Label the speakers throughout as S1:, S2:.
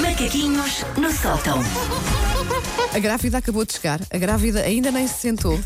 S1: Macaquinhos no sótão.
S2: A grávida acabou de chegar, a grávida ainda nem se sentou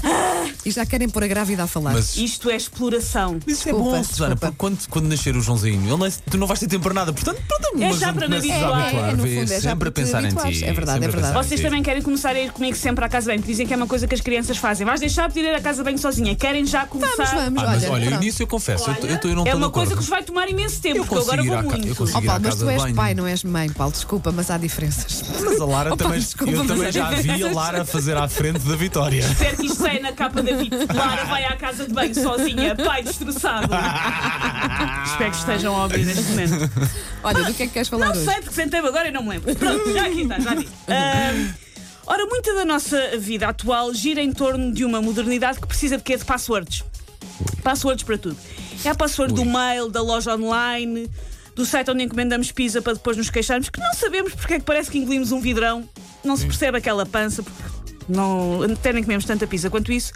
S2: e já querem pôr a grávida a falar.
S3: Mas isso
S4: Isto é exploração.
S3: é
S2: Desculpa,
S3: bom, Susana,
S2: desculpa.
S3: porque quando, quando nascer o Joãozinho, ele não- tu não vais ter tempo para nada. Portanto, pronto,
S4: É
S3: mas
S4: já
S3: quando
S4: para me
S3: começas a
S4: habituar.
S3: habituar,
S2: É, é, no
S3: vês
S2: fundo, é já
S3: sempre a
S2: para te
S3: pensar em
S2: habituares.
S3: ti.
S2: É verdade,
S3: sempre
S2: é
S3: a pensar
S2: verdade.
S3: em
S4: Vocês
S3: ti.
S4: também querem começar a ir comigo sempre à casa de banho, que dizem que é uma coisa que as crianças fazem. Vais deixar de ir à casa de banho sozinha. Querem já começar.
S2: Vamos, vamos,
S3: Ah, mas olha,
S2: olha.
S3: eu
S2: pronto.
S3: nisso eu confesso, eu, tô- eu, tô- eu não
S4: é
S3: estou de
S4: uma coisa
S3: acordo.
S4: que vos vai tomar imenso tempo,
S3: Eu
S4: porque eu agora
S3: consigo ir
S4: vou
S3: à ca- eu
S4: muito.
S3: consigo
S2: Oh,
S3: ir à
S2: Paulo, mas
S3: casa
S2: tu
S3: de
S2: és
S3: banho.
S2: pai, não és mãe, Paulo. Desculpa, mas há diferenças.
S3: Mas a Lara
S2: Oh, pá,
S3: também.
S2: desculpa,
S3: eu
S2: mas-
S3: também já vi a Lara fazer à frente da Vitória.
S4: Espero que isto saia na capa da vida. Clara vai à casa de banho sozinha, pai destroçado.
S3: Ah,
S4: Espero que estejam a ouvir neste momento.
S2: Olha, do que é que queres falar
S4: Não
S2: hoje?
S4: sei, porque sentei-me agora e não me lembro. Pronto, já aqui está, já
S2: Uhum.
S4: vi. Ahm, ora, muita da nossa vida atual gira em torno de uma modernidade que precisa de quê? De passwords. Passwords para tudo. É a password do mail, da loja online, do site onde encomendamos pizza para depois nos queixarmos, que não sabemos porque é que parece que engolimos um vidrão, não se percebe aquela pança, porque não, até nem comemos tanta pizza quanto isso.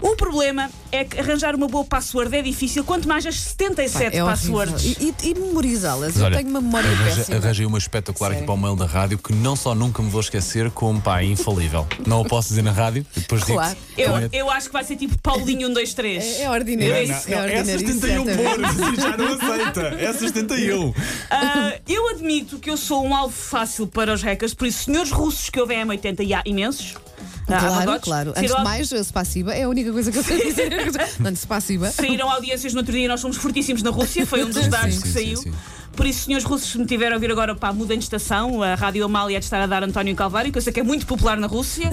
S4: O problema é que arranjar uma boa password é difícil, quanto mais as 77
S2: É horrível.
S4: passwords.
S2: E, e- e memorizá-las.
S3: Mas
S2: Eu
S3: olha,
S2: tenho uma memória
S3: arranja-
S2: péssima.
S3: Arranjei uma espetacular aqui
S2: Sério.
S3: para o mail da rádio que não só nunca me vou esquecer, como pá, é infalível. Não o posso dizer na rádio, depois é digo.
S2: Claro.
S4: Eu,
S3: Então
S4: eu acho que vai ser tipo Paulinho 1, 2, 3.
S2: É, é ordinário.
S4: Não,
S2: é ordinário.
S3: um
S2: exatamente.
S3: bolos, já não aceita. Essas 71.
S4: Ah, eu admito que eu sou um alvo fácil para os hackers, por isso, senhores russos que eu venho a 80 e há imensos. há
S2: Claro,
S4: magotes,
S2: claro. Antes de
S4: Saíram,
S2: mais, se passiva é a única coisa que eu sei dizer. Não, se passiva.
S4: saíram audiências no outro dia, nós fomos fortíssimos na Rússia, foi um dos dados
S3: sim,
S4: que
S3: sim,
S4: saiu.
S3: sim.
S4: Por isso, senhores russos, se me tiverem a ouvir agora, pá, mudem de estação. A Rádio Amália é de estar a dar António Calvário, que eu sei que é muito popular na Rússia.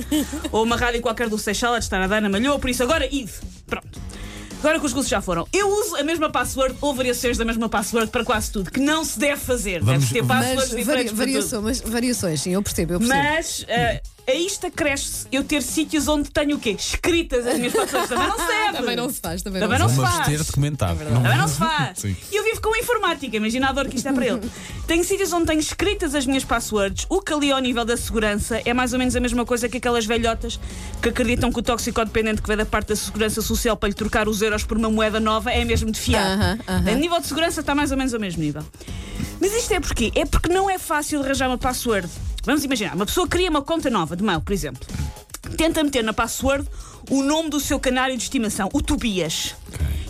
S4: ou uma rádio qualquer do Seixal é de estar a dar na Malhoa. Por isso, agora, id. Pronto. Agora que os russos já foram. Eu uso a mesma password ou variações da mesma password para quase tudo, que não se deve fazer.
S3: Vamos-
S4: Deve-se ter
S3: Mas
S4: passwords
S2: Mas, varia-
S4: diferentes para tudo.
S2: variações, mas variações, sim, eu percebo, eu percebo.
S4: Mas eh, a isto acresce eu ter sítios onde tenho o quê? Escritas as minhas passwords. Também não serve.
S2: Também não se faz, também,
S4: Também
S2: não
S4: não
S2: se
S4: se
S3: Vou-me
S4: faz.
S3: abster de comentar.
S4: Também não se faz.
S3: Sim.
S4: E eu vivo com a informática, imagina a dor que isto é para ele. Tenho sítios onde tenho escritas as minhas passwords, o que ali ao nível da segurança é mais ou menos a mesma coisa que aquelas velhotas que acreditam que o toxicodependente que vem da parte da segurança social para lhe trocar os euros por uma moeda nova é mesmo de fiar. Então,
S2: Aham, aham.
S4: A nível de segurança está mais ou menos ao mesmo nível. Mas isto é porquê? É porque não é fácil arranjar uma password. Vamos imaginar, uma pessoa cria uma conta nova de mail, por exemplo. Tenta meter na password o nome do seu canário de estimação, o Tobias.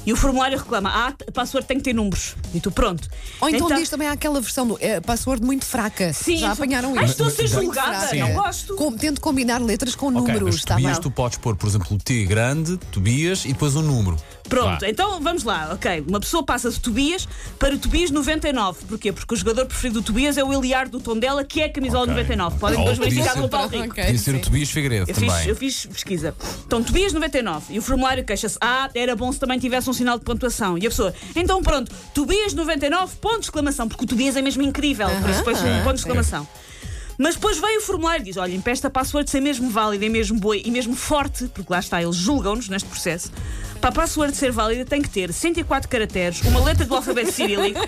S4: E o formulário reclama: ah, a password tem que ter números. E tu, pronto.
S2: Ou então, diz também há aquela versão do é, password muito fraca.
S4: Sim,
S2: Já apanharam
S4: ai,
S2: isso.
S4: estou a ser
S2: Muito
S4: julgada,
S2: fraca.
S4: não gosto.
S2: Com- tento combinar letras com
S3: Ok,
S2: números,
S3: mas
S4: tá
S2: está bem?
S3: Tobias, tu podes pôr, por exemplo, o T grande, Tobias e depois um número.
S4: Pronto,
S3: Vá.
S4: então vamos lá, ok. Uma pessoa passa de Tobias para o Tobias 99. Porquê? Porque o jogador preferido do Tobias é o Eliar do Tondela, que é a camisola
S3: Ok.
S4: 99. Podem depois
S3: Oh, podia
S4: verificar
S3: ser-
S4: com o Paulo Rico.
S2: Ok,
S3: Podia ser o
S2: sim.
S3: Tobias Figueiredo
S4: Eu
S3: também.
S4: fiz, eu fiz pesquisa. Então, Tobias 99. E o formulário queixa-se. Ah, era bom se também tivesse um sinal de pontuação. E a pessoa, então pronto, Tobias 99, ponto de exclamação. Porque o Tobias é mesmo incrível. por isso depois
S3: aham,
S4: um ponto de
S3: sim.
S4: exclamação. Mas depois vem o formulário e diz: olhem, para esta password ser mesmo válida e mesmo boa e mesmo forte, porque lá está, eles julgam-nos neste processo. Para a password ser válida, tem que ter 104 caracteres, uma letra do alfabeto cirílico,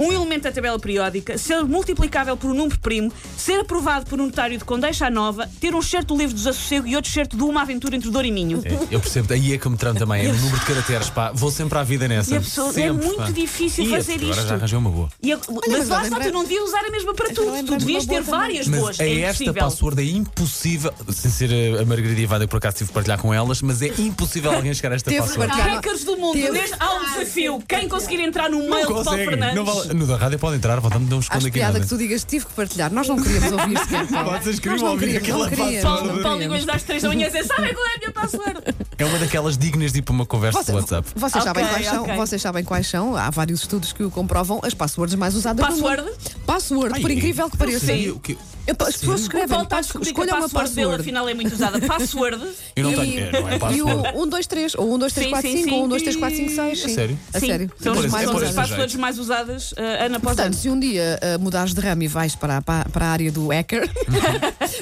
S4: um elemento da tabela periódica, ser multiplicável por um número primo, ser aprovado por um notário de Condeixa à Nova, ter um certo do livro dos Assossego e outro certo de Uma Aventura entre Dor e Minho.
S3: É, Eu percebo, aí é que me tramo também, é o número de caracteres, pá. Vou sempre à vida nessa.
S4: E a pessoa- é
S3: sempre,
S4: muito
S3: pá.
S4: difícil
S3: Ih,
S4: fazer
S3: agora
S4: isto.
S3: já arranjei uma boa.
S4: E a-
S2: mas
S4: mas
S2: eu
S4: lá está,
S2: lembrei-
S4: tu não devias usar a mesma para
S2: eu
S4: tudo.
S2: lembrei-me
S4: Tu
S2: de
S4: devias
S2: uma
S4: ter
S2: boa também.
S4: várias
S3: Mas
S4: boas.
S3: é, esta
S4: impossível.
S3: password é impossível, sem ser a- a Margarida e a Vanda, que por acaso tive de partilhar com elas, mas é impossível alguém chegar a esta
S2: Teve de partilhar.
S3: password.
S4: Hackers do mundo,
S2: Teve-
S4: desde, há um desafio. Quem conseguir entrar no mail de Paulo
S3: conseguem.
S4: Fernandes.
S3: Não vale- no da rádio podem entrar, voltamos dar um escondo
S2: Acho
S3: aqui.
S2: piada
S3: nada.
S2: que tu digas, tive que partilhar. Nós não queríamos ouvir sequer. Paulo.
S3: Vocês queriam
S2: Nós não
S3: ouvir
S2: queríamos, não
S3: aquela
S2: queríamos.
S3: password.
S2: não
S4: Paulo, Paulo
S2: queríamos.
S4: ligou às 3 da manhã um a dizer: sabem qual é a minha password?
S3: É uma daquelas dignas de ir para uma conversa
S2: Você-
S3: de WhatsApp.
S2: Vocês, sabem
S4: Ok,
S2: quais são,
S4: ok.
S2: vocês sabem quais são, há vários estudos que o comprovam, as passwords mais usadas
S4: Password?
S2: no mundo. Password,
S3: Ai, é.
S2: por incrível que
S3: eu
S2: pareça.
S4: é
S3: sei o que-
S2: Eu- As pessoas
S4: O
S2: escrevem,
S4: Paulo está a
S2: pass-
S4: descobrir que a
S2: escolham uma
S4: password dele
S2: password.
S4: afinal é muito usada. Password.
S3: Eu não
S2: E-
S3: tenho. é, Não é
S2: E
S3: password.
S2: o 1, 2, 3, ou 1, 2, 3,
S4: Sim,
S2: 4,
S4: sim,
S2: 5, ou 1,
S4: sim.
S2: 2, 3, 4, 5, 6.
S3: A sério?
S2: A
S4: Sim,
S2: sério.
S4: São
S3: É
S4: as
S3: por
S4: mais
S3: esse- é por
S4: usadas.
S3: esse
S4: passwords
S3: jeito.
S4: mais usadas eh, ano após ano.
S2: Portanto, se um dia ah, mudares de ramo e vais para, a- para, para a área do hacker,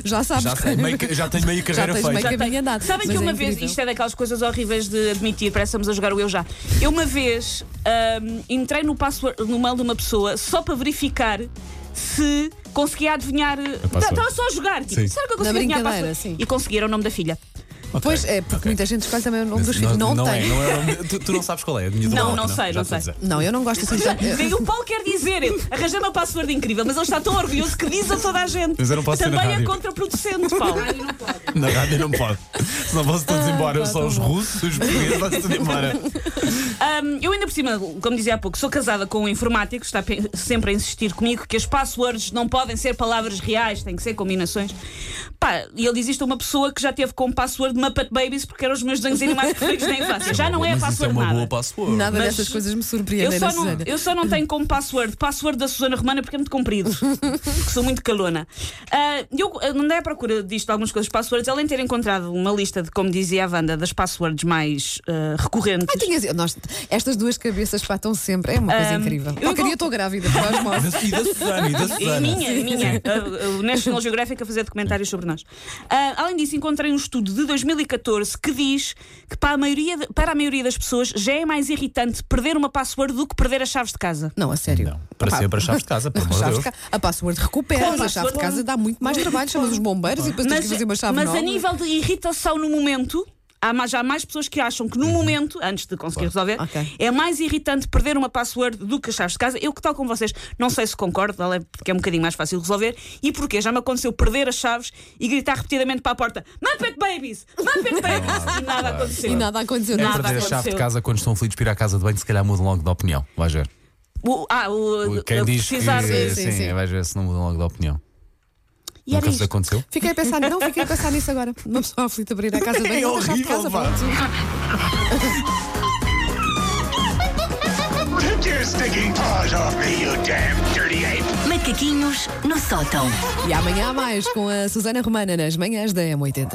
S2: já sabes.
S3: Já, sei, meio que- já tenho meio
S2: Já
S3: carreira
S2: tens meio
S3: feita.
S2: caminho andado.
S4: Sabem
S2: Mas
S4: que
S2: é
S4: uma vez,
S2: incrível.
S4: isto é daquelas coisas horríveis de admitir, parece que estamos a jogar o eu já. Eu uma vez ahm, entrei no, password, no mail de uma pessoa só para verificar se conseguia adivinhar.
S3: password.
S4: Estava só a jogar, tipo,
S3: Sim.
S4: será que eu
S2: Na
S4: conseguia adivinhar a
S2: brincadeira,
S4: password?
S2: sim.
S4: E conseguiram o nome da filha.
S3: Ok,
S2: Pois é, porque
S3: ok.
S2: muita gente escolhe também o
S4: um
S2: nome
S3: Mas
S2: dos filhos. Não,
S3: é,
S2: tem.
S3: não é o nome- tu, tu não sabes qual é? a minha do
S4: Não,
S3: Marco,
S4: não sei,
S3: Já
S4: não
S3: estou a
S4: sei.
S3: dizer.
S2: Não, eu não gosto assim tanto. Eu-
S4: Daí o Paulo quer dizer, ele arranjei uma password incrível, mas ele está tão orgulhoso que diz a toda a gente.
S3: Mas eu não posso ser na
S4: Também é
S3: rádio.
S4: contraproducente, Paulo.
S3: Na rádio não pode. Se não fosse
S4: Ah,
S3: todos embora,
S4: tá
S3: só os russos, os portugueses, vai-se tudo embora.
S4: Ahm, eu ainda por cima, como dizia há pouco, sou casada com um informático, está pe- sempre a insistir comigo que as passwords não podem ser palavras reais, têm que ser combinações. Pá, e ele diz isto a uma pessoa que já teve como password Muppet Babies porque eram os meus desenhos animais preferidos da infância. Já não é a
S3: Mas isso é
S4: password
S3: uma boa
S4: nada.
S3: password.
S2: Nada
S4: Mas
S2: dessas coisas me
S4: Eu
S2: surpreendem,
S4: só,
S2: Ana
S4: não,
S2: Susana.
S4: eu só não tenho como password password da Susana Romana porque é muito comprido. porque sou muito calona. Ah, eu andei à procura disto, de algumas coisas passwords, além de ter encontrado uma lista de, como dizia a Wanda, das passwords mais ah, recorrentes.
S2: Eu tinha- assim, nós- estas duas cabeças pá, estão sempre. É uma coisa
S4: Ahm,
S2: incrível.
S4: eu
S2: Qualquer
S4: vou-
S2: dia estou grávida, faz mal.
S3: E da- E da Susana, e da Susana.
S4: E minha, e minha. Uh, O National Geographic a fazer documentários sobre nós. Ah, além disso, encontrei um estudo de 2014 que diz que para a, maioria, de- para a maioria das pessoas já é mais irritante perder uma password do que perder as chaves de casa.
S2: Não, a sério.
S3: Não, para
S2: Opa,
S3: sempre as chaves de casa, pelo amor de
S2: chaves
S3: Deus.
S2: de ca- A password recupera,
S4: Claro,
S2: mas a chave de
S4: claro.
S2: casa dá muito mais trabalho. Chamas os bombeiros e depois tens que fazer uma chave
S4: mas
S2: nova.
S4: a nível de irritação no momento. Há mais, há mais pessoas que acham que no momento, antes de conseguir resolver,
S2: Uhum. Ok.
S4: é mais irritante perder uma password do que as chaves de casa. Eu, que tal como vocês, não sei se concordo, além porque é um bocadinho mais fácil de resolver. E porquê? Já me aconteceu perder as chaves e gritar repetidamente para a porta: Muppet Babies! Muppet Babies! e nada aconteceu.
S2: E nada aconteceu.
S4: Nada.
S3: É Perder a chave de
S4: aconteceu.
S3: casa quando estão aflitos para ir à casa de banho, se calhar mudam logo de opinião. Vais ver.
S4: O- ah, o,
S3: Quem
S4: o
S3: diz que
S4: precisar de-
S2: sim,
S3: sim,
S2: sim.
S3: vais ver se não mudam logo de opinião.
S4: E era
S3: Nunca vos
S4: isto.
S3: aconteceu?
S2: Fiquei a pensar, não, fiquei a pensar nisso agora. Uma pessoa aflita para ir à casa de banho.
S3: É
S2: vou deixar de
S3: horrível,
S2: casa,
S3: pá.
S2: pronto.
S1: Take your stinking paws off me, you damn dirty ape!
S5: Macaquinhos no sótão.
S2: E amanhã há mais com a Susana Romana nas manhãs da M80.